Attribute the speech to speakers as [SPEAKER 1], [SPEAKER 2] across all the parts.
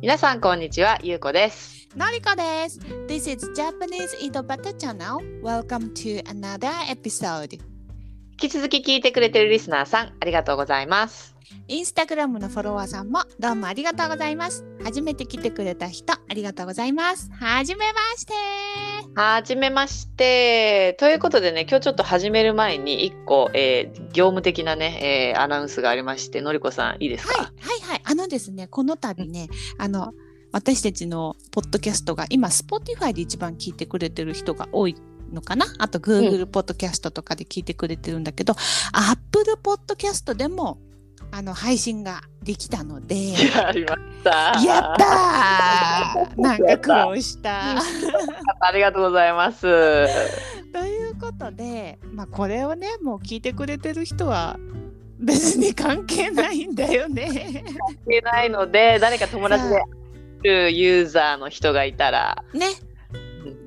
[SPEAKER 1] 皆さんこんにちは、ゆうこです。
[SPEAKER 2] Noriko です。This is Japanese Ido Bata Channel. Welcome to another episode.
[SPEAKER 1] 引き続き聞いてくれてるリスナーさん、ありがとうございます。
[SPEAKER 2] インスタグラムのフォロワーさんもどうもありがとうございます。初めて来てくれた人、ありがとうございます。はじめまして。
[SPEAKER 1] はじめまして。ということでね、今日ちょっと始める前に1個、えー業務的なね、えーアナウンスがありまして、のりこさんいいです
[SPEAKER 2] はい、は
[SPEAKER 1] か、
[SPEAKER 2] い、はい。あのですね、この度ね、あの、私たちのポッドキャストが今、Spotify で一番聞いてくれてる人が多いのかなあと、Google ポッドキャストとかで聞いてくれてるんだけど、Apple ポッドキャストでも、あの、配信ができたの で。
[SPEAKER 1] やりました。
[SPEAKER 2] やったー なんか苦労した。
[SPEAKER 1] ありがとうございます。
[SPEAKER 2] ということで、まあ、これをねもう聞いてくれてる人は別に関係ないんだよね。
[SPEAKER 1] いけないので、誰か友達で
[SPEAKER 2] さ
[SPEAKER 1] るユーザーの人がいたら、
[SPEAKER 2] ね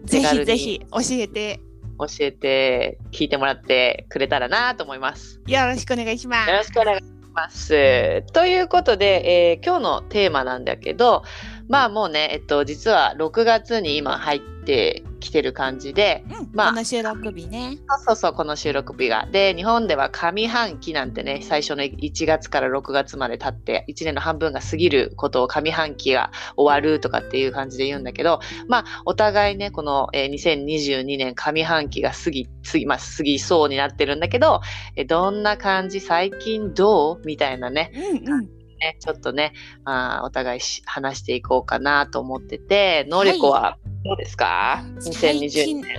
[SPEAKER 2] ぜひぜひ教えて
[SPEAKER 1] 教えて聞いてもらってくれたらなと思います。
[SPEAKER 2] よろしくお願いしま
[SPEAKER 1] よろ
[SPEAKER 2] す。
[SPEAKER 1] しくお願いします。ということで、えー今日のテーマなんだけどまあもうね、えっと、実は6月に今入ってきてる感じで
[SPEAKER 2] うん
[SPEAKER 1] まあ
[SPEAKER 2] この収録日ね。
[SPEAKER 1] そうそうそうこの収録日が。で日本では上半期なんてね最初の1月から6月まで経って1年の半分が過ぎることを上半期が終わるとかっていう感じで言うんだけどまあお互いねこの、えー2022年上半期が過ぎ過ぎ,、まあ、過ぎそうになってるんだけど、えーどんな感じ最近どうみたいなね
[SPEAKER 2] うんうん。
[SPEAKER 1] ね、ちょっとね、まあ、お互いし話していこうかなと思ってて、のりこはどうですか、
[SPEAKER 2] 最
[SPEAKER 1] ?2020
[SPEAKER 2] 近
[SPEAKER 1] 年。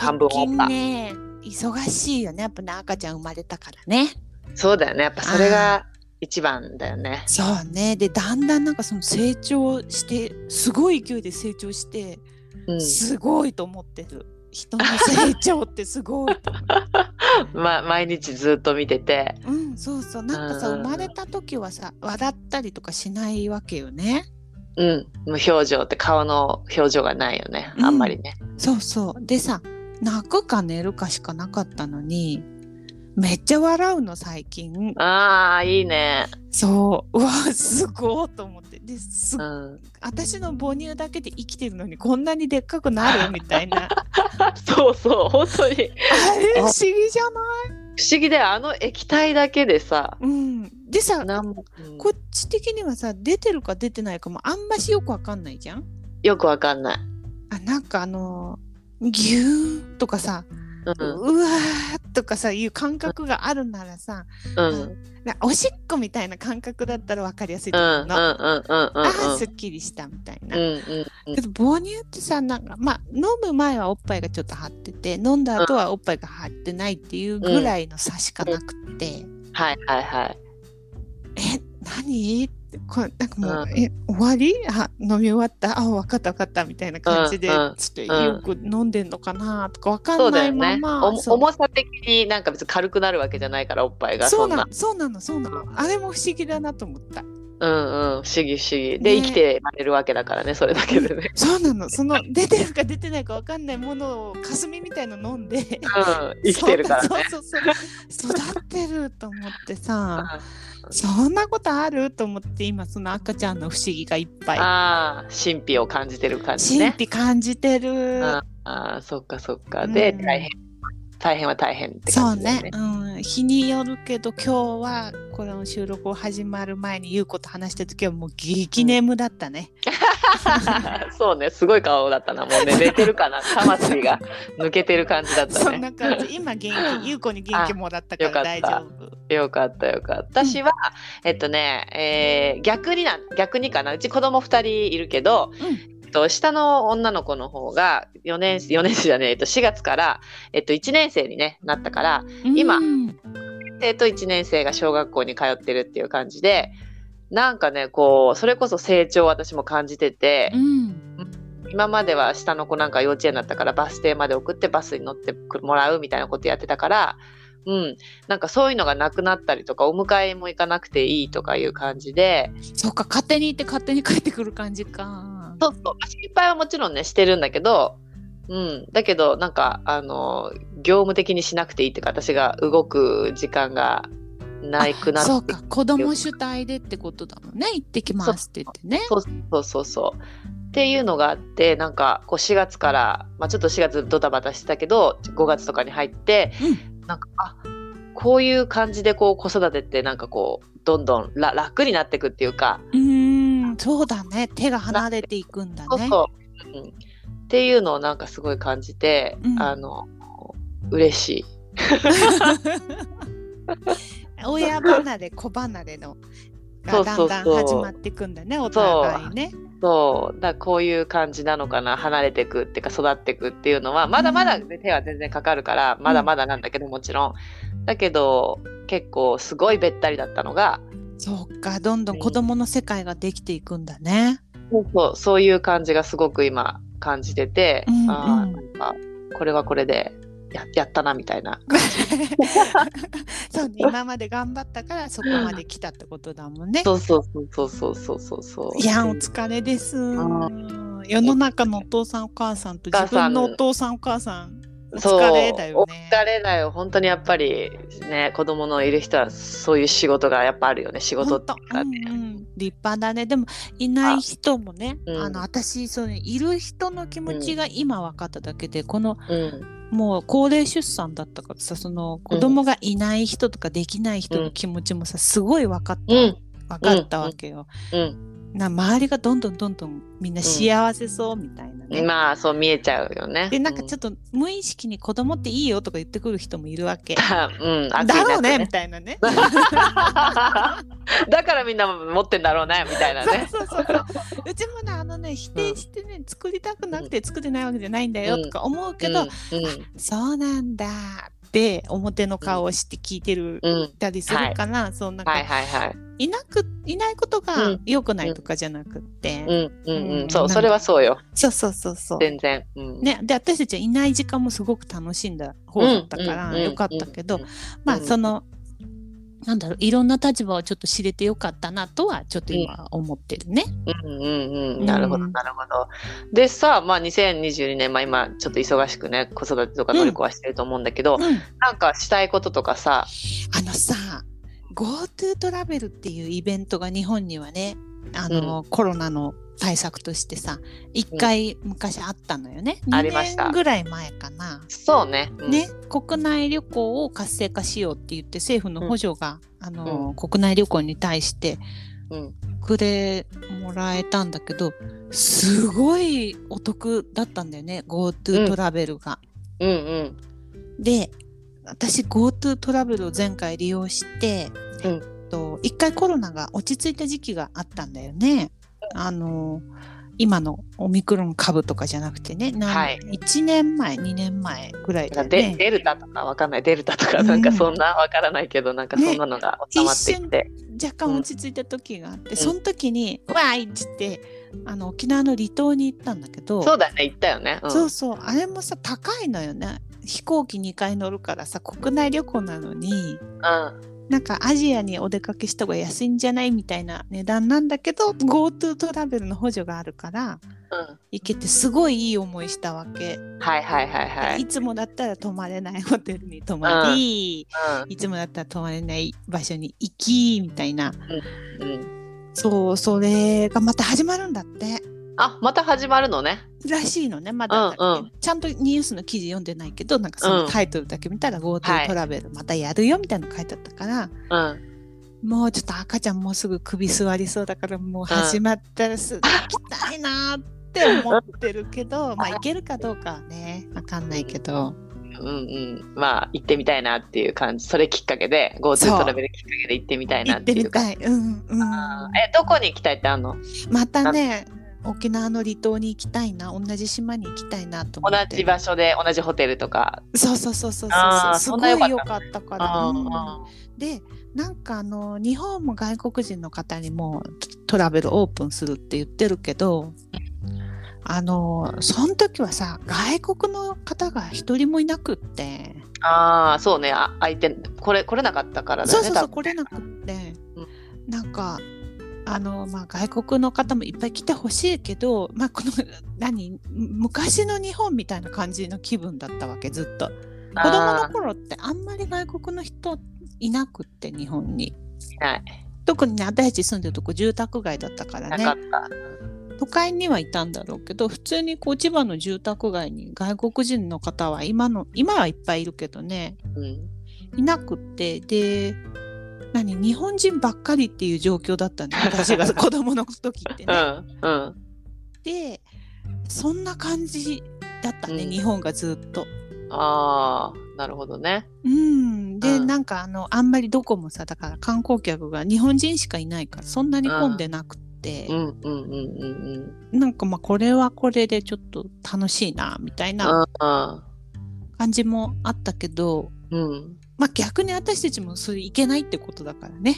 [SPEAKER 1] 半
[SPEAKER 2] 最
[SPEAKER 1] 分終
[SPEAKER 2] 近
[SPEAKER 1] わった
[SPEAKER 2] ね忙しいよねやっぱね赤ちゃん生まれたからね。
[SPEAKER 1] そうだよね。やっぱそれが一番だよね。
[SPEAKER 2] そうねでだんだんなんかその成長してすごい勢いで成長して。
[SPEAKER 1] う
[SPEAKER 2] すごいと思ってる。人の成長って すごいと思
[SPEAKER 1] ん。ま、毎日ずっと見てて。
[SPEAKER 2] う。うん、そうそう。なんかさ、
[SPEAKER 1] うんうんう
[SPEAKER 2] 生
[SPEAKER 1] ん
[SPEAKER 2] まれた時はさ、笑ったりとかしないわけよね。
[SPEAKER 1] うん。無表情って顔の表情がないよね。あんまりね。
[SPEAKER 2] そうそう。でさ、泣くか寝るかしかなかったのに、めっちゃ笑うの最近。
[SPEAKER 1] ああ、いいね。
[SPEAKER 2] そう。うわ、すごいと思って。です
[SPEAKER 1] う、ん。
[SPEAKER 2] 私の母乳だけで生きてるのにこんなにでっかくなるみた いな。あ
[SPEAKER 1] そうそう。本当に。
[SPEAKER 2] れ不思議じゃない
[SPEAKER 1] 不思議だよ。あの液体だけでさ。
[SPEAKER 2] うん。でさ、
[SPEAKER 1] なんもうん
[SPEAKER 2] こっち的にはさ、出てるか出てないかもあんましよくわかんないじゃん
[SPEAKER 1] よくわかんない。
[SPEAKER 2] あなんかあのーぎゅーんとかさ、
[SPEAKER 1] う。
[SPEAKER 2] うんわーとかさいう感覚があるならさ、
[SPEAKER 1] うん。う。
[SPEAKER 2] うんなおしっこみたいな感覚だったら分かりやすいと
[SPEAKER 1] うん。うん。
[SPEAKER 2] 思うの、あ
[SPEAKER 1] うん。うん。
[SPEAKER 2] ーすっきりしたみたいな、
[SPEAKER 1] うん。うん。
[SPEAKER 2] けど母乳ってさなんかまあ飲む前はおっぱいがちょっと張ってて飲んだ後はおっぱいが張ってないっていうぐらいの差しかなくて、
[SPEAKER 1] はいはいはい。
[SPEAKER 2] え何ってこれなんかもう、
[SPEAKER 1] うん
[SPEAKER 2] え終わりあ飲み終わったあ分かった分かったみたいな感じで、
[SPEAKER 1] うんうん
[SPEAKER 2] ちょっとよく飲んでんのかなとか分か
[SPEAKER 1] そうんだ
[SPEAKER 2] ない
[SPEAKER 1] よ
[SPEAKER 2] ま
[SPEAKER 1] ね。
[SPEAKER 2] ま、
[SPEAKER 1] おも
[SPEAKER 2] そう
[SPEAKER 1] 重さ的になんか別に軽くなるわけじゃないからおっぱいが
[SPEAKER 2] そ
[SPEAKER 1] そ
[SPEAKER 2] うんな
[SPEAKER 1] な。
[SPEAKER 2] のそうなのそうなのあれも不思議だなと思った
[SPEAKER 1] うんうん不思議不思議。で、
[SPEAKER 2] ね
[SPEAKER 1] 生きてられるわけだからねそれだけでね。
[SPEAKER 2] そうなのその 出てるか出てないか分かんないものをかすみみたいの飲んで
[SPEAKER 1] うん 生きてるからね。
[SPEAKER 2] そうそうそうそう育ってると思って
[SPEAKER 1] う
[SPEAKER 2] さ
[SPEAKER 1] ん
[SPEAKER 2] そんなことあると思って今その赤ちゃんの不思議がいっぱい
[SPEAKER 1] ああ神秘を感じてる感じ
[SPEAKER 2] 神
[SPEAKER 1] ね。
[SPEAKER 2] 秘感じてる、
[SPEAKER 1] ああーそっかそっか。で
[SPEAKER 2] うん
[SPEAKER 1] 大変大変は大変って
[SPEAKER 2] そう
[SPEAKER 1] 感じだ
[SPEAKER 2] ね
[SPEAKER 1] よね。、
[SPEAKER 2] うん、日によるけど今日はこの収録を始まる前に優子と話した時はもう激眠だったね。
[SPEAKER 1] そうねすごい顔だったなもうね寝てるかな魂が抜けてる感じだった
[SPEAKER 2] そん
[SPEAKER 1] ね。
[SPEAKER 2] な感じ。今 元気、優子に元気もらったか
[SPEAKER 1] よからった
[SPEAKER 2] 大丈夫。
[SPEAKER 1] よかったよかった。私は、えっとね、えー逆にな逆にかなうち子供2人いるけど、
[SPEAKER 2] うん
[SPEAKER 1] えっと、下の女の子の方が4年四年生じゃねえ、えっと、4月から、えっと、1年生に、ね、なったから今
[SPEAKER 2] うん
[SPEAKER 1] 生と1年生が小学校に通ってるっていう感じでなんかねこうそれこそ成長を私も感じてて。
[SPEAKER 2] うん
[SPEAKER 1] 今までは下の子なんか幼稚園だったからバス停まで送ってバスに乗ってもらうみたいなことやってたから、うん、なんかそういうのがなくなったりとかお迎えも行かなくていいとかいう感じで
[SPEAKER 2] そっか、勝手に行って勝手に帰ってくる感じか。
[SPEAKER 1] そうそう心配はもちろんねしてるんだけど、うん、だけどなんかあの業務的にしなくていいっていうか私が動く時間がないくなって
[SPEAKER 2] そうか子供主体でってことだもんね行ってきますって言ってね
[SPEAKER 1] そうそうそうそう。っていうのがあってなんかこう4月から、まあ、ちょっと4月ドタバタしてたけど5月とかに入って、なんかあこういう感じでこう子育てってなんかこうどんどんら楽になっていくっていうか、
[SPEAKER 2] うんそうだね手が離れていくんだね
[SPEAKER 1] そうそう、うん、っていうのをなんかすごい感じて、
[SPEAKER 2] うん
[SPEAKER 1] あの嬉しい。
[SPEAKER 2] 親離れ子離れの
[SPEAKER 1] そう
[SPEAKER 2] がだ
[SPEAKER 1] そ
[SPEAKER 2] ん
[SPEAKER 1] う
[SPEAKER 2] だん
[SPEAKER 1] そう
[SPEAKER 2] 始まっていくんだねお互いね
[SPEAKER 1] そうだからこういう感じなのかな離れていくっていうか育っていくっていうのはまだまだ手は全然かかるから、まだまだなんだけどもちろんだけど結構すごいべったりだったのが
[SPEAKER 2] そっかどんどん子供の世界ができていくんだ ね
[SPEAKER 1] そうそうそういう感じがすごく今感じてて、
[SPEAKER 2] うんうん
[SPEAKER 1] あーなんかこれはこれでややったなみたいな
[SPEAKER 2] そうね今まで頑張ったからそこまで来たってことだもんね
[SPEAKER 1] そうそうそうそうそうそうそう
[SPEAKER 2] いやお疲れです世の中のお父さんお母さんと
[SPEAKER 1] お母
[SPEAKER 2] 自
[SPEAKER 1] さん
[SPEAKER 2] 分のお父さんお母さんお
[SPEAKER 1] そう
[SPEAKER 2] 疲れだよね
[SPEAKER 1] お疲れだよ本当にやっぱりね子供のいる人はそういう仕事がやっぱあるよね仕事
[SPEAKER 2] 本
[SPEAKER 1] って
[SPEAKER 2] 当、
[SPEAKER 1] いう
[SPEAKER 2] う
[SPEAKER 1] か
[SPEAKER 2] ん
[SPEAKER 1] ね、
[SPEAKER 2] うん、立派だねでもいない人もねあ、
[SPEAKER 1] あうん
[SPEAKER 2] の私そうねいる人の気持ちが今分かっただけで、この
[SPEAKER 1] うん
[SPEAKER 2] もう高齢出産だったからさその子供がいない人とかできない人の気持ちもさすごい分かった、
[SPEAKER 1] うん
[SPEAKER 2] 分かったわけよ、
[SPEAKER 1] うん
[SPEAKER 2] な周りがどんどんどんどんみんな幸せそうみたいなね、
[SPEAKER 1] まあそう見えちゃうよね
[SPEAKER 2] でなんかちょ
[SPEAKER 1] っ
[SPEAKER 2] っと無意識に子供っていいよとか言ってくる人もいるわけ。
[SPEAKER 1] とうん
[SPEAKER 2] だ
[SPEAKER 1] 暑い夏
[SPEAKER 2] ろうねみたいなね。
[SPEAKER 1] だからみんな持ってんだろうねみたいな
[SPEAKER 2] そう
[SPEAKER 1] ね
[SPEAKER 2] そうそうそううちもねあのね否定してね、作りたくなくて作ってないわけじゃないんだよ
[SPEAKER 1] うん
[SPEAKER 2] とか思うけど、
[SPEAKER 1] うん
[SPEAKER 2] そうなんだって表の顔をして聞いてる。
[SPEAKER 1] うんうん
[SPEAKER 2] たりするから、そうなんか、
[SPEAKER 1] はい
[SPEAKER 2] い
[SPEAKER 1] はいはい
[SPEAKER 2] なくいないこと
[SPEAKER 1] う
[SPEAKER 2] が
[SPEAKER 1] ん
[SPEAKER 2] 良くないとかじゃなくっ
[SPEAKER 1] う
[SPEAKER 2] て、
[SPEAKER 1] んうん
[SPEAKER 2] う
[SPEAKER 1] うんんそうそれはそうよ
[SPEAKER 2] そうそうそうそう。
[SPEAKER 1] 全然うん
[SPEAKER 2] ね、で私たちはいない時間もすごく楽しんだ方だったから、
[SPEAKER 1] うん
[SPEAKER 2] よかったけど、
[SPEAKER 1] うんうん
[SPEAKER 2] まあ
[SPEAKER 1] うん
[SPEAKER 2] その、なんだろういろんな立場をちょっと知れてよかったなとはちょっと今思ってるね。
[SPEAKER 1] うんうん
[SPEAKER 2] う
[SPEAKER 1] うんん、なるほどなるほど。でさ、まあ、2022年、まあ、今ちょっと忙しくね子育てとか
[SPEAKER 2] うん
[SPEAKER 1] 努力はしてると思うんだけど、
[SPEAKER 2] うん
[SPEAKER 1] なんかしたいこととかさ、
[SPEAKER 2] あのさ GoTo トラベルっていうイベントが日本にはねあの、コロナの対策としてさ一回昔あったのよね、
[SPEAKER 1] んありました
[SPEAKER 2] 2年ぐらい前かな。
[SPEAKER 1] そうね,、うん、
[SPEAKER 2] ね、国内旅行を活性化しようって言って政府の補助が、あの国内旅行に対して
[SPEAKER 1] うん
[SPEAKER 2] くれもらえたんだけどすごいお得だったんだよね GoTo トラベルが。
[SPEAKER 1] うんうん
[SPEAKER 2] で私 GoTo トラベルを前回利用して、
[SPEAKER 1] うん
[SPEAKER 2] えっと一回コロナが落ち着いた時期があったんだよね。あの今のオミクロン株とかじゃなくてね、なん
[SPEAKER 1] はい
[SPEAKER 2] 1年前2年前ぐらい
[SPEAKER 1] な
[SPEAKER 2] だよ
[SPEAKER 1] んかデ
[SPEAKER 2] ね
[SPEAKER 1] デルタとかわかんないデルタとか
[SPEAKER 2] うん
[SPEAKER 1] なんかそんなわからないけど、なんかそんなのが収まってきて、
[SPEAKER 2] 若干落ち着いた時があって、その時に「わーい!」っつってあの沖縄の離島に行ったんだけど
[SPEAKER 1] そうだね行ったよね、うん、
[SPEAKER 2] そうそうあれもさ高いのよね飛行機2回乗るからさ国内旅行なのに
[SPEAKER 1] う
[SPEAKER 2] なんかアジアにお出かけした方が安いんじゃないみたいな値段なんだけど GoTo トラベルの補助があるから
[SPEAKER 1] ん
[SPEAKER 2] 行けてすごいいい思いしたわけ、、
[SPEAKER 1] うんはいはいはいはいい、
[SPEAKER 2] つもだったら泊まれないホテルに泊まり、いつもだったら泊まれない場所に行きみたいな
[SPEAKER 1] うんうん、
[SPEAKER 2] そうそれがまた始まるんだって
[SPEAKER 1] あまた始まるのね
[SPEAKER 2] らしいのねまだ、
[SPEAKER 1] うんうん
[SPEAKER 2] ちゃんとニュースの記事読んでないけどなんかそのタイトルだけ見たら GoTo トラベルまたやるよみたいなの書いてあったから、
[SPEAKER 1] うん
[SPEAKER 2] もうちょっと赤ちゃんもうすぐ首座りそうだからもう始まったらすぐ行きたいなーって思ってるけど、まあ行けるかどうかはねわかんないけ
[SPEAKER 1] う
[SPEAKER 2] ど
[SPEAKER 1] んうんまあ行ってみたいなっていう感じそれきっかけで GoTo トラベルきっかけで行ってみたい
[SPEAKER 2] 行
[SPEAKER 1] な
[SPEAKER 2] っ
[SPEAKER 1] って
[SPEAKER 2] て
[SPEAKER 1] い
[SPEAKER 2] み
[SPEAKER 1] うか
[SPEAKER 2] たい、うんうん、
[SPEAKER 1] あ
[SPEAKER 2] ま
[SPEAKER 1] ーえどこに行きたいってあんの
[SPEAKER 2] たね沖縄の離島に行きたいな同じ島に行きたいなと思
[SPEAKER 1] 同
[SPEAKER 2] って
[SPEAKER 1] じ場所で同じホテルとか。
[SPEAKER 2] そうそうそうそうそ
[SPEAKER 1] あ
[SPEAKER 2] う
[SPEAKER 1] ー
[SPEAKER 2] す
[SPEAKER 1] そ
[SPEAKER 2] ご
[SPEAKER 1] んない良
[SPEAKER 2] 良
[SPEAKER 1] か
[SPEAKER 2] かったから、
[SPEAKER 1] あ
[SPEAKER 2] うんでなんかあの日本も外国人の方にもトラベルオープンするって言ってるけどあのその時はさ外国の方が一人もいなくって
[SPEAKER 1] あーそうねあ相手これ来れなかったからだ
[SPEAKER 2] そ
[SPEAKER 1] よ
[SPEAKER 2] う
[SPEAKER 1] ね
[SPEAKER 2] そうそう
[SPEAKER 1] 多分
[SPEAKER 2] 来れなくってなんかあの、まあ、外国の方もいっぱい来てほしいけど、まあ、この何昔の日本みたいな感じの気分だったわけずっと。
[SPEAKER 1] うん
[SPEAKER 2] 子供の頃ってあんまり外国の人いなくって日本に。
[SPEAKER 1] ない
[SPEAKER 2] 特にね私たち住んでるとこ住宅街だったから
[SPEAKER 1] な
[SPEAKER 2] ね
[SPEAKER 1] かった。
[SPEAKER 2] 都会にはいたんだろうけど普通にこう千葉の住宅街に外国人の方は今の今はいっぱいいるけどね
[SPEAKER 1] うん。
[SPEAKER 2] いなくってで何日本人ばっかりっていう状況だっ たんだ私が子供の時って
[SPEAKER 1] う
[SPEAKER 2] ね。
[SPEAKER 1] ん。うん。
[SPEAKER 2] でそんな感じだったね、
[SPEAKER 1] うん
[SPEAKER 2] 日本がずっと。
[SPEAKER 1] ああ、なるほどね。
[SPEAKER 2] うん、で、
[SPEAKER 1] うん
[SPEAKER 2] なんかあのあんまりどこもさだから観光客が日本人しかいないからそんなに混んでなくって
[SPEAKER 1] う、んうんうんうんうん。
[SPEAKER 2] なんかまあこれはこれでちょっと楽しいなみたいな感じもあったけど、
[SPEAKER 1] うん。うん。
[SPEAKER 2] まあ逆に私たちもそれいけないってことだからね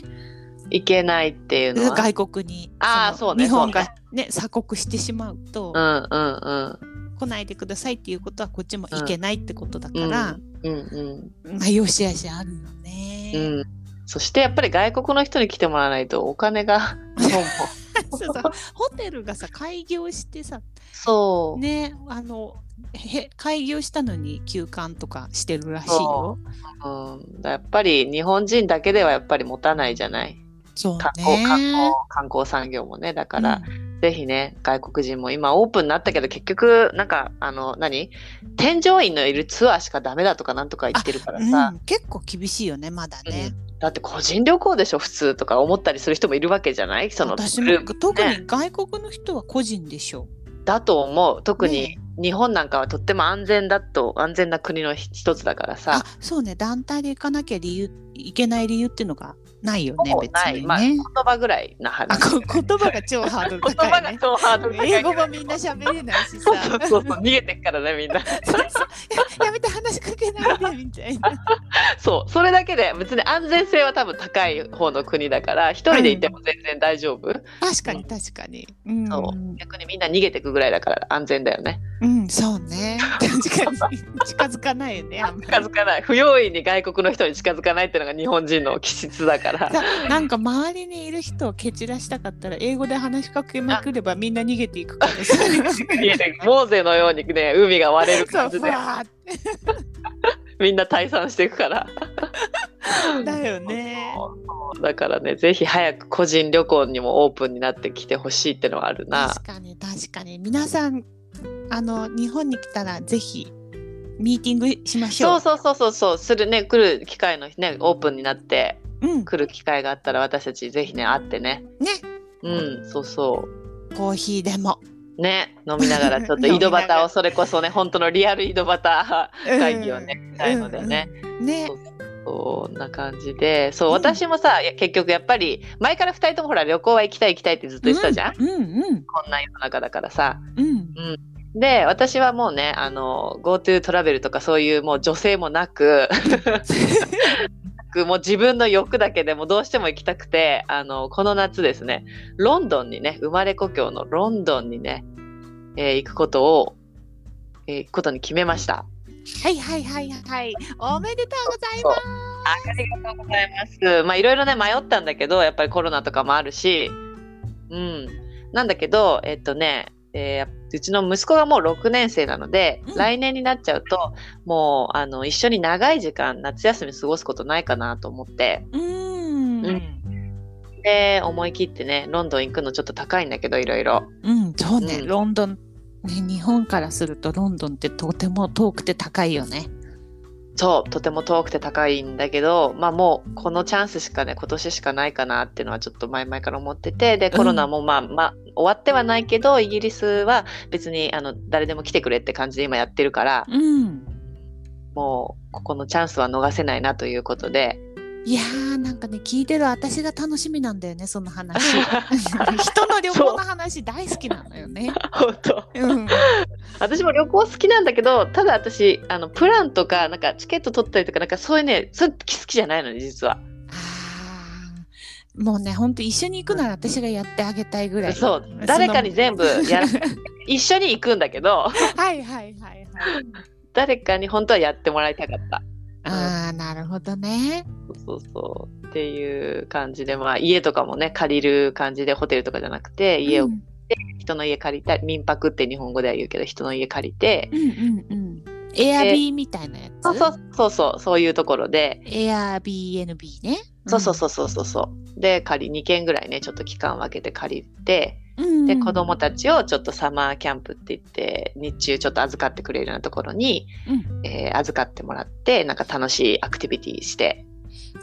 [SPEAKER 1] いけないっていうのは。
[SPEAKER 2] 外国に
[SPEAKER 1] あー
[SPEAKER 2] の
[SPEAKER 1] そうね
[SPEAKER 2] 日本が、ね、鎖国してしまうと、
[SPEAKER 1] うんうん
[SPEAKER 2] 来ないでくださいっていうことはこっちもいけないってことだか
[SPEAKER 1] うん。
[SPEAKER 2] ら、
[SPEAKER 1] うんうん
[SPEAKER 2] まあよしあしあるよね。
[SPEAKER 1] うん。うん。そしてやっぱり外国の人に来てもらわないとお金 がそう
[SPEAKER 2] そうさホテルがさ開業してさ
[SPEAKER 1] そう、
[SPEAKER 2] ねあのへ開業したのに休館とかしてるらしい
[SPEAKER 1] そ
[SPEAKER 2] よ。
[SPEAKER 1] うん、やっぱり日本人だけではやっぱり持たないじゃない
[SPEAKER 2] そう
[SPEAKER 1] 観光,、
[SPEAKER 2] ね。
[SPEAKER 1] 観光観光産業もねだから、ぜひね外国人も今オープンになったけど結局なんかあの何添乗員のいるツアーしかダメだとかなんとか言ってるから
[SPEAKER 2] うん
[SPEAKER 1] さ、
[SPEAKER 2] うん結構厳しいよねまだね。
[SPEAKER 1] だって個人旅行でしょ普通とか思ったりする人もいるわけじゃないその
[SPEAKER 2] 私
[SPEAKER 1] グル
[SPEAKER 2] も
[SPEAKER 1] ープ
[SPEAKER 2] 特に外国の人は個人でしょ。
[SPEAKER 1] だと思う特に
[SPEAKER 2] ね
[SPEAKER 1] 日本なんかはとっても安全だと安全な国の一つだから
[SPEAKER 2] あ
[SPEAKER 1] さ
[SPEAKER 2] そうね団体で行かなきゃ理由いけない理由っていうのがないよね
[SPEAKER 1] ほぼ
[SPEAKER 2] 別
[SPEAKER 1] ない
[SPEAKER 2] に
[SPEAKER 1] まあ言
[SPEAKER 2] ね。
[SPEAKER 1] 葉ぐらいな
[SPEAKER 2] あ
[SPEAKER 1] 話
[SPEAKER 2] こ言葉が超ハードル
[SPEAKER 1] 言
[SPEAKER 2] 高
[SPEAKER 1] 葉
[SPEAKER 2] い
[SPEAKER 1] が
[SPEAKER 2] ね。
[SPEAKER 1] 超ハードル高い
[SPEAKER 2] 英語もみんな喋れないしさ。
[SPEAKER 1] そうそうそうそう逃げてっからねみんな
[SPEAKER 2] ややめて話しかけないでみたい な。
[SPEAKER 1] そうそれだけで別に安全性は多分高い方の国だから一人でいても全然大丈夫、
[SPEAKER 2] 確かに確かに。うん、
[SPEAKER 1] そう
[SPEAKER 2] う
[SPEAKER 1] 逆にみんな逃げてくぐらいだから安全だよね
[SPEAKER 2] ん、そうね。 確かに近づかない よね。あんまり
[SPEAKER 1] 近づかない不用意に外国の人に近づかないっていうのが日本人の気質だから
[SPEAKER 2] さなんか周りにいる人を蹴散らしたかったら英語で話しかけまくればみんな逃げていくからさ
[SPEAKER 1] 家でモーゼのようにね海が割れる
[SPEAKER 2] そ
[SPEAKER 1] 感
[SPEAKER 2] う
[SPEAKER 1] じ
[SPEAKER 2] ふ
[SPEAKER 1] で
[SPEAKER 2] わーって
[SPEAKER 1] みんな退散していくから
[SPEAKER 2] だよね
[SPEAKER 1] そうだからねぜひ早く個人旅行にもオープンになってきてほしいってのはあるな
[SPEAKER 2] 確かに確かに皆さんあの日本に来たらぜひミーティングしまし
[SPEAKER 1] そ
[SPEAKER 2] ょう
[SPEAKER 1] うそうそうそうそうするね来る機会のねオープンになって
[SPEAKER 2] うん
[SPEAKER 1] 来る機会があったら私たちぜひね会ってね
[SPEAKER 2] ね
[SPEAKER 1] うんそうそう
[SPEAKER 2] コーヒーでも
[SPEAKER 1] ね飲みながらちょっと井戸
[SPEAKER 2] 飲みなが
[SPEAKER 1] 端を
[SPEAKER 2] ら
[SPEAKER 1] それこそね本当のリアル井戸端会議をね
[SPEAKER 2] うん
[SPEAKER 1] したいのでね、
[SPEAKER 2] うんね
[SPEAKER 1] そうこんな感じでそう
[SPEAKER 2] うん
[SPEAKER 1] 私もさ、いや結局やっぱり前から2人ともほら旅行は行きたい行きたいってずっと言ってたじゃん、
[SPEAKER 2] うんうん
[SPEAKER 1] こんな世の中だからさ
[SPEAKER 2] うん
[SPEAKER 1] で私はもうねあの GoTo トラベルとかそういうもう女性もなく もう自分の欲だけでもどうしても行きたくてあのこの夏ですねロンドンにね生まれ故郷のロンドンにね、えー行くことを、えー行くことに決めました。
[SPEAKER 2] はいはいはいはいおめでとうございます
[SPEAKER 1] ありがとうございます。まあいろいろね迷ったんだけどやっぱりコロナとかもあるし、うん、なんだけどえっとね、えーうちの息子がもう6年生なので、
[SPEAKER 2] うん
[SPEAKER 1] 来年になっちゃうともうあの一緒に長い時間夏休み過ごすことないかなと思って
[SPEAKER 2] う
[SPEAKER 1] うんんで思い切ってねロンドン行くのちょっと高いんだけどいろいろ
[SPEAKER 2] うんそうね、
[SPEAKER 1] うん
[SPEAKER 2] ロンドンね日本からするとロンドンってとても遠くて高いよね
[SPEAKER 1] そうとても遠くて高いんだけどまあもうこのチャンスしかね今年しかないかなっていうのはちょっと前々から思っててでコロナもまあ、まあ終わってはないけどイギリスは別にあの誰でも来てくれって感じで今やってるから
[SPEAKER 2] うん
[SPEAKER 1] もうここのチャンスは逃せないなということで
[SPEAKER 2] いやーなんかね聞いてる私が楽しみなんだよねその 話人の旅行の話大好きなのよね
[SPEAKER 1] 本当
[SPEAKER 2] うん
[SPEAKER 1] 私も旅行好きなんだけどただ私あのプランとかなんかチケット取ったりとかなんかそういうねそういうの好きじゃないのね実は。
[SPEAKER 2] あーもうねほんと一緒に行くなら私がやってあげたいぐらい
[SPEAKER 1] そう
[SPEAKER 2] の
[SPEAKER 1] 誰かに全部やら 一緒に行くんだけど
[SPEAKER 2] はいはいはいはい
[SPEAKER 1] 誰かに本当はやってもらいたかった。
[SPEAKER 2] ああなるほどね
[SPEAKER 1] そうそうっていう感じで、まあ、家とかもね借りる感じでホテルとかじゃなくて家を、
[SPEAKER 2] うん
[SPEAKER 1] 人の家借りた民泊って日本語では言うけど人の家借りて
[SPEAKER 2] うんうんうんエアビーみたいなやつ。
[SPEAKER 1] そうそうそうそうそういうところで、
[SPEAKER 2] エア BNB ね。
[SPEAKER 1] そうそうそうそうそうそうで借り2軒ぐらいねちょっと期間を空けて借りて
[SPEAKER 2] うん。
[SPEAKER 1] で子供たちをちょっとサマーキャンプって言って日中ちょっと預かってくれるようなところに、
[SPEAKER 2] うん
[SPEAKER 1] えー預かってもらってなんか楽しいアクティビティして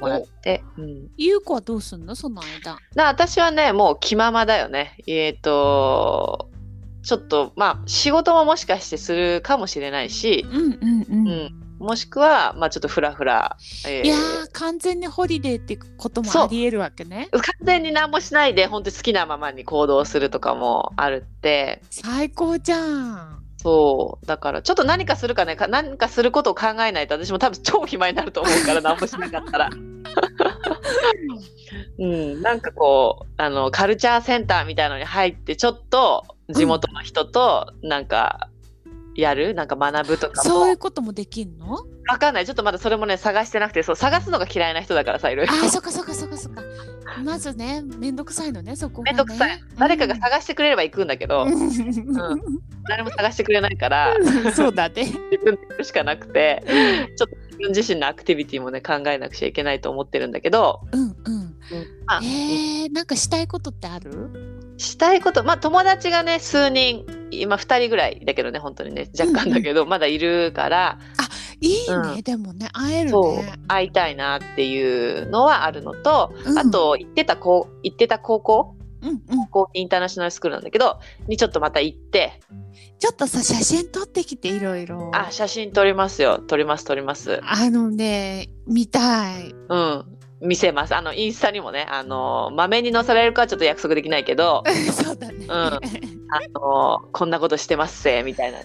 [SPEAKER 1] もらって、うん、
[SPEAKER 2] ゆうこはどうすんのその間。
[SPEAKER 1] な私はねもう気ままだよねえっ、とちょっとまあ仕事ももしかしてするかもしれないし、
[SPEAKER 2] うんうんうん。
[SPEAKER 1] うん、もしくは、まあ、ちょっとフラフラ、えー
[SPEAKER 2] いやー完全にホリデーってことも
[SPEAKER 1] そう
[SPEAKER 2] ありえるわけね。
[SPEAKER 1] 完全に何もしないで本当に好きなままに行動するとかもあるって
[SPEAKER 2] 最高じゃん。
[SPEAKER 1] そうだからちょっと何かするかねか何かすることを考えないと私も多分超暇になると思うから 何もしなかったら。うん、なんかこうあのカルチャーセンターみたいのに入ってちょっと地元の人となんかやる、なんか学ぶとか
[SPEAKER 2] そうい
[SPEAKER 1] も
[SPEAKER 2] うこともできんの？
[SPEAKER 1] わかんないちょっとまだそれもね探してなくてそう探すのが嫌いな人だからさいろいろ
[SPEAKER 2] ああそっかそっかそっかそっか。まずねめんどくさいのねそこが、ね。
[SPEAKER 1] めんどくさい誰かが探してくれれば行くんだけど、
[SPEAKER 2] うん。
[SPEAKER 1] 誰も探してくれないから
[SPEAKER 2] そうだね。
[SPEAKER 1] 自分でやるしかなくてちょっと自分自身のアクティビティもね考えなくちゃいけないと思ってるんだけど、
[SPEAKER 2] うんうん。
[SPEAKER 1] まあ
[SPEAKER 2] えー、なんかしたいことってある？
[SPEAKER 1] したいことまあ友達がね数人今2人ぐらいだけどね本当にね若干だ けど、まだいるから
[SPEAKER 2] いいね、
[SPEAKER 1] う
[SPEAKER 2] でもね会える
[SPEAKER 1] そう
[SPEAKER 2] ね。
[SPEAKER 1] 会いたいなっていうのはあるのと、
[SPEAKER 2] うん
[SPEAKER 1] あと行ってた高行ってた高校
[SPEAKER 2] うんうん。
[SPEAKER 1] 高校インターナショナルスクールなんだけどにちょっとまた行って
[SPEAKER 2] ちょっとさ写真撮ってきていろいろ。
[SPEAKER 1] あ写真撮りますよ撮ります撮ります
[SPEAKER 2] あのね見たい。
[SPEAKER 1] うん見せますあのインスタにもねあのまめに載せられるかはちょっと約束できないけ ど
[SPEAKER 2] そうだね。
[SPEAKER 1] あのーこんなことしてますぜみたいな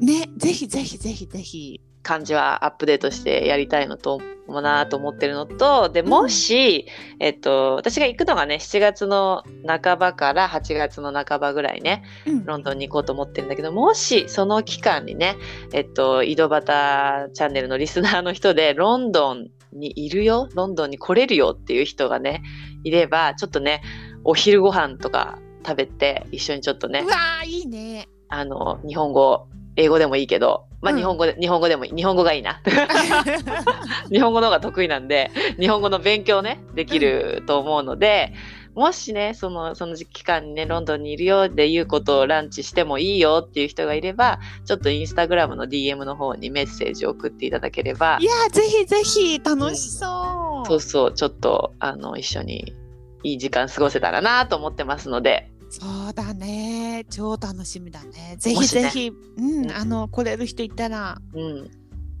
[SPEAKER 2] ね、ぜひぜひぜひぜひ。
[SPEAKER 1] 感じはアップデートしてやりたいのともなと思ってるのとでもし、えっと、私が行くのがね7月の半ばから8月の半ばぐらいね
[SPEAKER 2] うん
[SPEAKER 1] ロンドンに行こうと思ってるんだけどもしその期間にね、えっと、井戸端チャンネルのリスナーの人でロンドンにいるよロンドンに来れるよっていう人がねいればちょっとねお昼ご飯とか食べて一緒にちょっとね
[SPEAKER 2] うわーいいね。
[SPEAKER 1] あの日本語英語でもいいけど、まあ、
[SPEAKER 2] うん
[SPEAKER 1] 日本語で、日本語でもいい日本語がいいな 日本語の方が得意なんで日本語の勉強ねできると思うので、もしねそのその期間にねロンドンにいるよでいうことをランチしてもいいよっていう人がいればちょっとインスタグラムの DM の方にメッセージを送っていただければ
[SPEAKER 2] いやーぜひぜひ楽しそう。
[SPEAKER 1] そうそうちょっとあの一緒にいい時間過ごせたらなと思ってますので
[SPEAKER 2] そうだね。超楽しみだね。ぜ
[SPEAKER 1] も
[SPEAKER 2] ひ
[SPEAKER 1] しね
[SPEAKER 2] ぜひ、う、
[SPEAKER 1] うんん
[SPEAKER 2] あの来れる人いたら
[SPEAKER 1] うん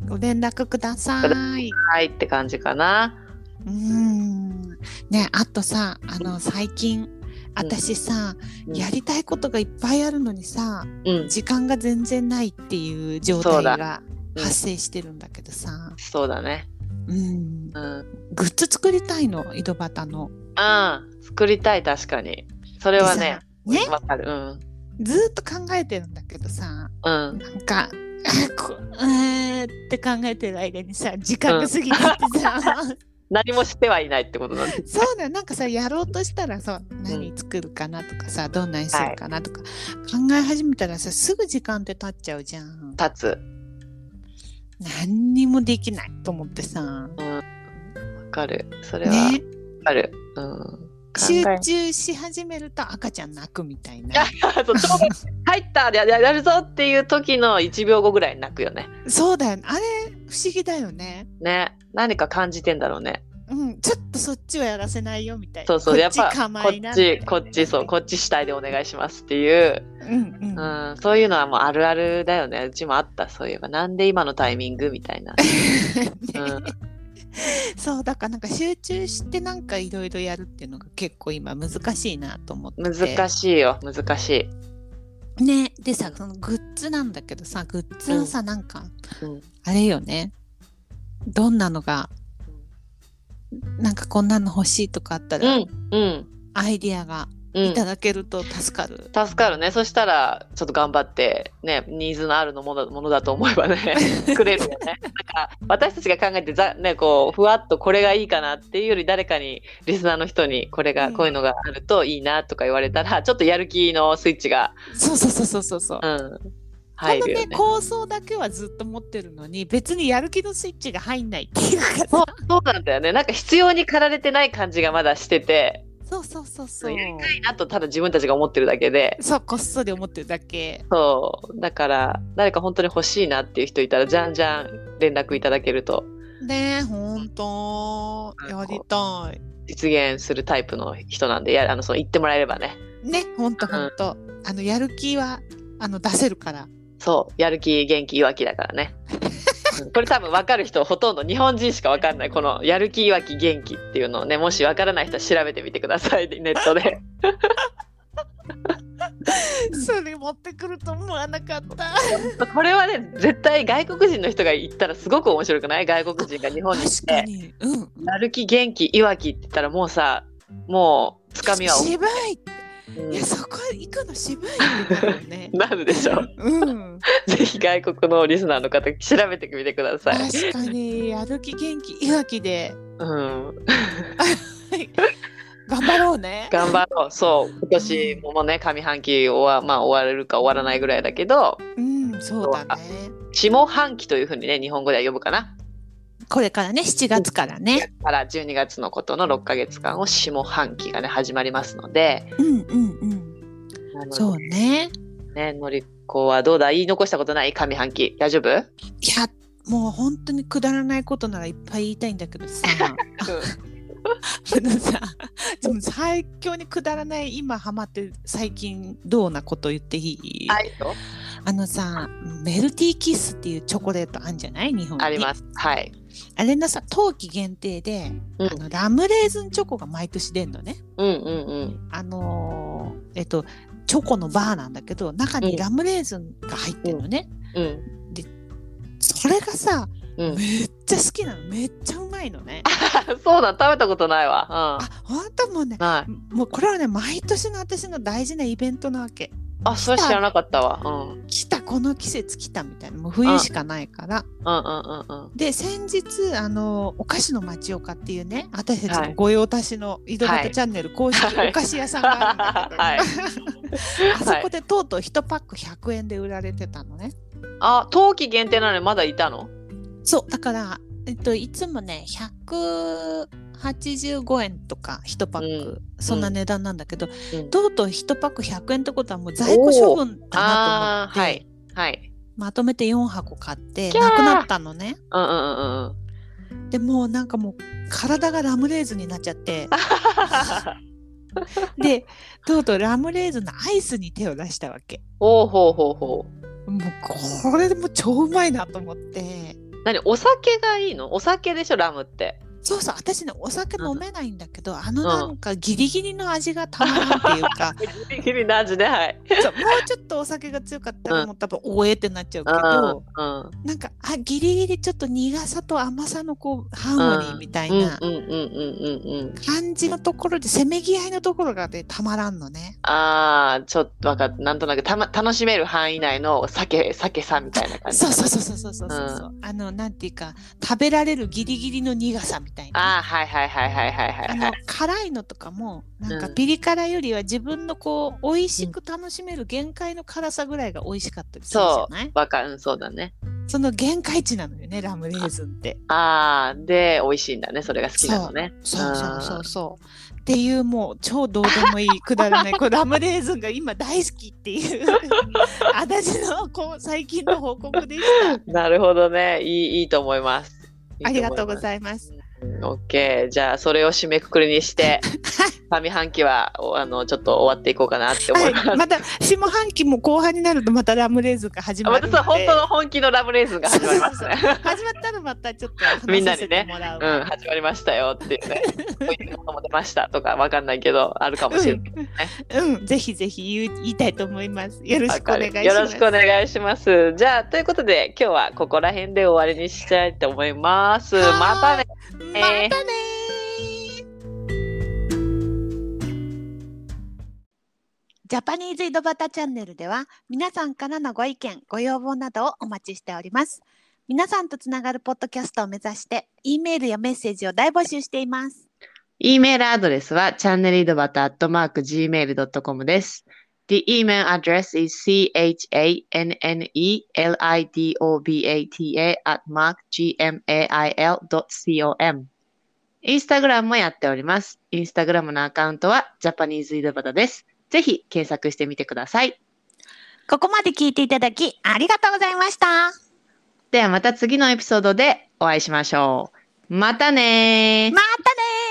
[SPEAKER 2] ご連絡くださ
[SPEAKER 1] く
[SPEAKER 2] い。
[SPEAKER 1] はいって感じかな。
[SPEAKER 2] うん。ね、あとさ、あの最近私さ、
[SPEAKER 1] うん
[SPEAKER 2] やりたいことがいっぱいあるのにさ、
[SPEAKER 1] うん、
[SPEAKER 2] 時間が全然ないっていう状
[SPEAKER 1] そ
[SPEAKER 2] 態
[SPEAKER 1] うだ
[SPEAKER 2] が
[SPEAKER 1] うん
[SPEAKER 2] 発生してるんだけどさ、
[SPEAKER 1] そうだね。
[SPEAKER 2] うん、
[SPEAKER 1] うん
[SPEAKER 2] グッズ作りたいの井戸端
[SPEAKER 1] う
[SPEAKER 2] の。
[SPEAKER 1] ん、作りたい確かに。それはね、
[SPEAKER 2] でさね
[SPEAKER 1] わかる。うん、
[SPEAKER 2] ずーっと考えてるんだけどさ
[SPEAKER 1] うん。
[SPEAKER 2] なんか こうえーって考えてる間にさ時間が過ぎてってさ、
[SPEAKER 1] 何もしてはいないってことなんです。
[SPEAKER 2] そうだよなんかさやろうとしたらさ何作るかなとかさどんなにするかなとか、考え始めたらさすぐ時間って経っちゃうじゃん。
[SPEAKER 1] 立つ。
[SPEAKER 2] 何にもできないと思ってさ。
[SPEAKER 1] わかる。それはわ
[SPEAKER 2] ね、
[SPEAKER 1] かる。うん。
[SPEAKER 2] 集
[SPEAKER 1] 考え
[SPEAKER 2] 中し始めると赤ちゃん泣くみたいな
[SPEAKER 1] そうちょうど入ったやややるぞっていう時の1秒後ぐらいに泣くよね。
[SPEAKER 2] そうだよねあれ不思議だよね
[SPEAKER 1] ね。何か感じてんだろうね。
[SPEAKER 2] うんちょっとそっちはやらせないよみたいな
[SPEAKER 1] そうそう。
[SPEAKER 2] こ
[SPEAKER 1] や
[SPEAKER 2] っ
[SPEAKER 1] っ
[SPEAKER 2] ち
[SPEAKER 1] ぱ
[SPEAKER 2] 構
[SPEAKER 1] こ
[SPEAKER 2] いな
[SPEAKER 1] っ
[SPEAKER 2] みたい
[SPEAKER 1] ち
[SPEAKER 2] な、
[SPEAKER 1] こっち、そう、こっち主体でお願いしますっていう。
[SPEAKER 2] うんうん
[SPEAKER 1] うん。そういうのはもうあるあるだよね。うちもあった。そういえば。なんで今のタイミングみたいな。 うん。
[SPEAKER 2] そうだからなんか集中してなんかいろいろやるっていうのが結構今難しいなと思ってて
[SPEAKER 1] 難しいよ。難しい。
[SPEAKER 2] ねでさそのグッズなんだけどさグッズはさ、なんか
[SPEAKER 1] うん。
[SPEAKER 2] あれよねどんなのがなんかこんなの欲しいとかあった
[SPEAKER 1] う
[SPEAKER 2] ら、
[SPEAKER 1] ん。うん。
[SPEAKER 2] アイディアが
[SPEAKER 1] うん
[SPEAKER 2] いただけると助か る、
[SPEAKER 1] 助かるねそしたらちょっと頑張ってねニーズのあるのものものだと思えばね 作れるよねなんか私たちが考えてざ、ね、こうふわっとこれがいいかなっていうより誰かにリスナーの人にこれが、
[SPEAKER 2] うん
[SPEAKER 1] こういうのがあるといいなとか言われたらちょっとやる気のスイッチが、
[SPEAKER 2] そうそうそうそうそうそう
[SPEAKER 1] うん、入
[SPEAKER 2] こ
[SPEAKER 1] る
[SPEAKER 2] の
[SPEAKER 1] よ
[SPEAKER 2] ね
[SPEAKER 1] ね。
[SPEAKER 2] 構想だけはずっと持ってるのに別にやる気のスイッチが入んないっていうか
[SPEAKER 1] そう
[SPEAKER 2] さ
[SPEAKER 1] そうなんだよね。なんか必要に駆られてない感じがまだしてて、
[SPEAKER 2] そうそうそうそう
[SPEAKER 1] やりたいなとただ自分たちが思ってるだけで、
[SPEAKER 2] そうこっそり思ってるだけ
[SPEAKER 1] そう、だから誰か本当に欲しいなっていう人いたら、じゃんじゃん連絡いただけると
[SPEAKER 2] ねえほんとやりたい
[SPEAKER 1] 実現するタイプの人なんで、やあのその言ってもらえればね。
[SPEAKER 2] ねほんとほんと、あのやる気はあの出せるから
[SPEAKER 1] そう、やる気、元気、いわきだからね。うんこれ多分分かる人ほとんど日本人しか分かんないこのやる気いわき元気っていうのをねもし分からない人は調べてみてください ネット で
[SPEAKER 2] それ持ってくると思わなかった
[SPEAKER 1] これはね絶対外国人の人が言ったらすごく面白くない外国人が日本に来
[SPEAKER 2] 確
[SPEAKER 1] て
[SPEAKER 2] かにうん
[SPEAKER 1] やる気元気いわきって言ったらもうさもうつかみは、
[SPEAKER 2] 渋い
[SPEAKER 1] うん
[SPEAKER 2] いやそこ行くの渋いってなるよね
[SPEAKER 1] なるでしょ う
[SPEAKER 2] うん
[SPEAKER 1] ぜひ外国のリスナーの方調べてみてください、
[SPEAKER 2] 確かにやる気元気いわきで
[SPEAKER 1] うん、
[SPEAKER 2] 頑張ろうね
[SPEAKER 1] 頑張 ろうそう今年もね上半期終わ,、まあ、終わるか終わらないぐらいだけど
[SPEAKER 2] うんそうだね
[SPEAKER 1] 下半期というふうにね日本語では呼ぶかな
[SPEAKER 2] これからね7月からね
[SPEAKER 1] から12月のことの6ヶ月間を下半期がね始まりますので
[SPEAKER 2] うんうんうん
[SPEAKER 1] なので
[SPEAKER 2] そうね
[SPEAKER 1] ねのりこはどうだ言い残したことない上半期大丈夫
[SPEAKER 2] いやもう本当にくだらないことならいっぱい言いたいんだ けどさあのさでも最強にくだらない今ハマって最近どうなこと言っていい、
[SPEAKER 1] はいと
[SPEAKER 2] あのさメルティーキッスっていうチョコレートあんじゃない日本に
[SPEAKER 1] ありますはい
[SPEAKER 2] あれのさ冬季限定で、
[SPEAKER 1] うん
[SPEAKER 2] あのラムレーズンチョコが毎年出んのね
[SPEAKER 1] うんうん
[SPEAKER 2] あのーえっとチョコのバーなんだけど中
[SPEAKER 1] うん
[SPEAKER 2] にラムレーズンが入ってるのね、
[SPEAKER 1] うんうん
[SPEAKER 2] それがさ
[SPEAKER 1] うん
[SPEAKER 2] めっちゃ好きなのめっちゃうまいのね
[SPEAKER 1] そうなん食べたことないわ
[SPEAKER 2] あ本当もうね
[SPEAKER 1] うんはい
[SPEAKER 2] もうこれはね毎年の私の大事なイベントなわけ
[SPEAKER 1] あそれ知らなかったわうんうん
[SPEAKER 2] 来たこの季節来たみたいなもう冬しかないから
[SPEAKER 1] うんうんうん
[SPEAKER 2] で先日あのお菓子の町岡っていうね私たち
[SPEAKER 1] はい
[SPEAKER 2] の御用達の井戸端チャンネル公式
[SPEAKER 1] はい
[SPEAKER 2] お菓子屋さんがあるんだけど、
[SPEAKER 1] い
[SPEAKER 2] あそこでとうとう1パック100円で売られてたのね
[SPEAKER 1] あ冬季限定なのにまだいたの
[SPEAKER 2] そうだから、えっと、いつもね185円とか1パック、
[SPEAKER 1] う
[SPEAKER 2] そんな値段なんだけど、
[SPEAKER 1] うん
[SPEAKER 2] とうとう1パック100円ってことはもう在庫処分だな
[SPEAKER 1] あー
[SPEAKER 2] と思
[SPEAKER 1] は
[SPEAKER 2] って
[SPEAKER 1] いはい
[SPEAKER 2] まとめて4箱買って
[SPEAKER 1] きゃー
[SPEAKER 2] なくなったのね
[SPEAKER 1] うんうんうんうん
[SPEAKER 2] でもうなんかもう体がラムレーズンになっち ゃってでとうとうラムレーズンのアイスに手を出したわけ
[SPEAKER 1] ほうほうほうほう
[SPEAKER 2] もうこれでもう超うまいなと思って
[SPEAKER 1] 何お酒がいいのお酒でしょラムって
[SPEAKER 2] そうそう私ねお酒飲めないんだけど、あのなんかギリギリの味がたまらんっていうか
[SPEAKER 1] ギリギリな味ではい
[SPEAKER 2] そうもうちょっとお酒が強かったらもう多分おえってなっちゃうけど、
[SPEAKER 1] うんうん
[SPEAKER 2] なんかあギリギリちょっと苦さと甘さのこうハーモニーみたいな
[SPEAKER 1] うんうんうんうんうん
[SPEAKER 2] 感じのところでせめぎ合いのところがねたまらんのね。
[SPEAKER 1] ああちょっとわかっなんとなくた、ま、楽しめる範囲内の酒酒さみたいな感じ
[SPEAKER 2] そうそうそうそうそうそうそう、あのなんていうか食べられるギリギリの苦さみたいな。
[SPEAKER 1] ああはいはいはいはいはいは
[SPEAKER 2] あ
[SPEAKER 1] い
[SPEAKER 2] の
[SPEAKER 1] はい
[SPEAKER 2] 辛いのとかもなんか
[SPEAKER 1] うん
[SPEAKER 2] ピリ辛よりは自分のこう美味しく楽しめる限界の辛さぐらいが美味しかったりするじゃ
[SPEAKER 1] そ
[SPEAKER 2] ないう
[SPEAKER 1] わかるそうだね
[SPEAKER 2] その限界値なのよねラムレーズンって。
[SPEAKER 1] ああで美味しいんだねそれが好きなのね
[SPEAKER 2] そうそうそうそう。っていうもう超どうでもいいくだ らないこれラムレーズンが今大好きっていう私のこう最近の報告でした。
[SPEAKER 1] なるほどねいいいいと思います
[SPEAKER 2] ありがとうご
[SPEAKER 1] い
[SPEAKER 2] ざいます。
[SPEAKER 1] ます OK じゃあそれを締めくくりに して上半期はおあのちょっと終わっていこうかなって思います、
[SPEAKER 2] はい、また下半期も後半になるとまたラムレーズンが始
[SPEAKER 1] あ
[SPEAKER 2] ま
[SPEAKER 1] ま
[SPEAKER 2] る
[SPEAKER 1] た
[SPEAKER 2] ので
[SPEAKER 1] そう本当の本気のラブレーズンが始まりますね。
[SPEAKER 2] 始まったらまたちょっと
[SPEAKER 1] みん
[SPEAKER 2] 話
[SPEAKER 1] な
[SPEAKER 2] さ
[SPEAKER 1] に
[SPEAKER 2] せ
[SPEAKER 1] ね
[SPEAKER 2] てもらう
[SPEAKER 1] うん、始まりましたよっていうね。こういうことも出ましたとかわかんないけど、あるかもしれない。
[SPEAKER 2] うん、うん、ぜひぜひ言い言いたいと思いますよろしくお願いします
[SPEAKER 1] よろしくお願いします。じゃあ、ということで、今日はここら辺で終わりにしたいと思います。
[SPEAKER 2] はーい
[SPEAKER 1] またね。
[SPEAKER 2] またねージャパニーズ井戸端チャンネルでは皆さんからのご意見ご要望などをお待ちしております皆さんとつながるポッドキャストを目指して E メールやメッセージを大募集しています
[SPEAKER 1] E メールアドレスは、チャンネル井戸端アットマーク Gmail.com です。 The email address is chanelidobata at markgmail.com。インスタグラムもやっております。インスタグラムのアカウントはジャパニーズ井戸端です。ぜひ検索してみてください。
[SPEAKER 2] ここまで聞いていただきありがとうございました。
[SPEAKER 1] ではまた次のエピソードでお会いしましょう。またねー。
[SPEAKER 2] またねー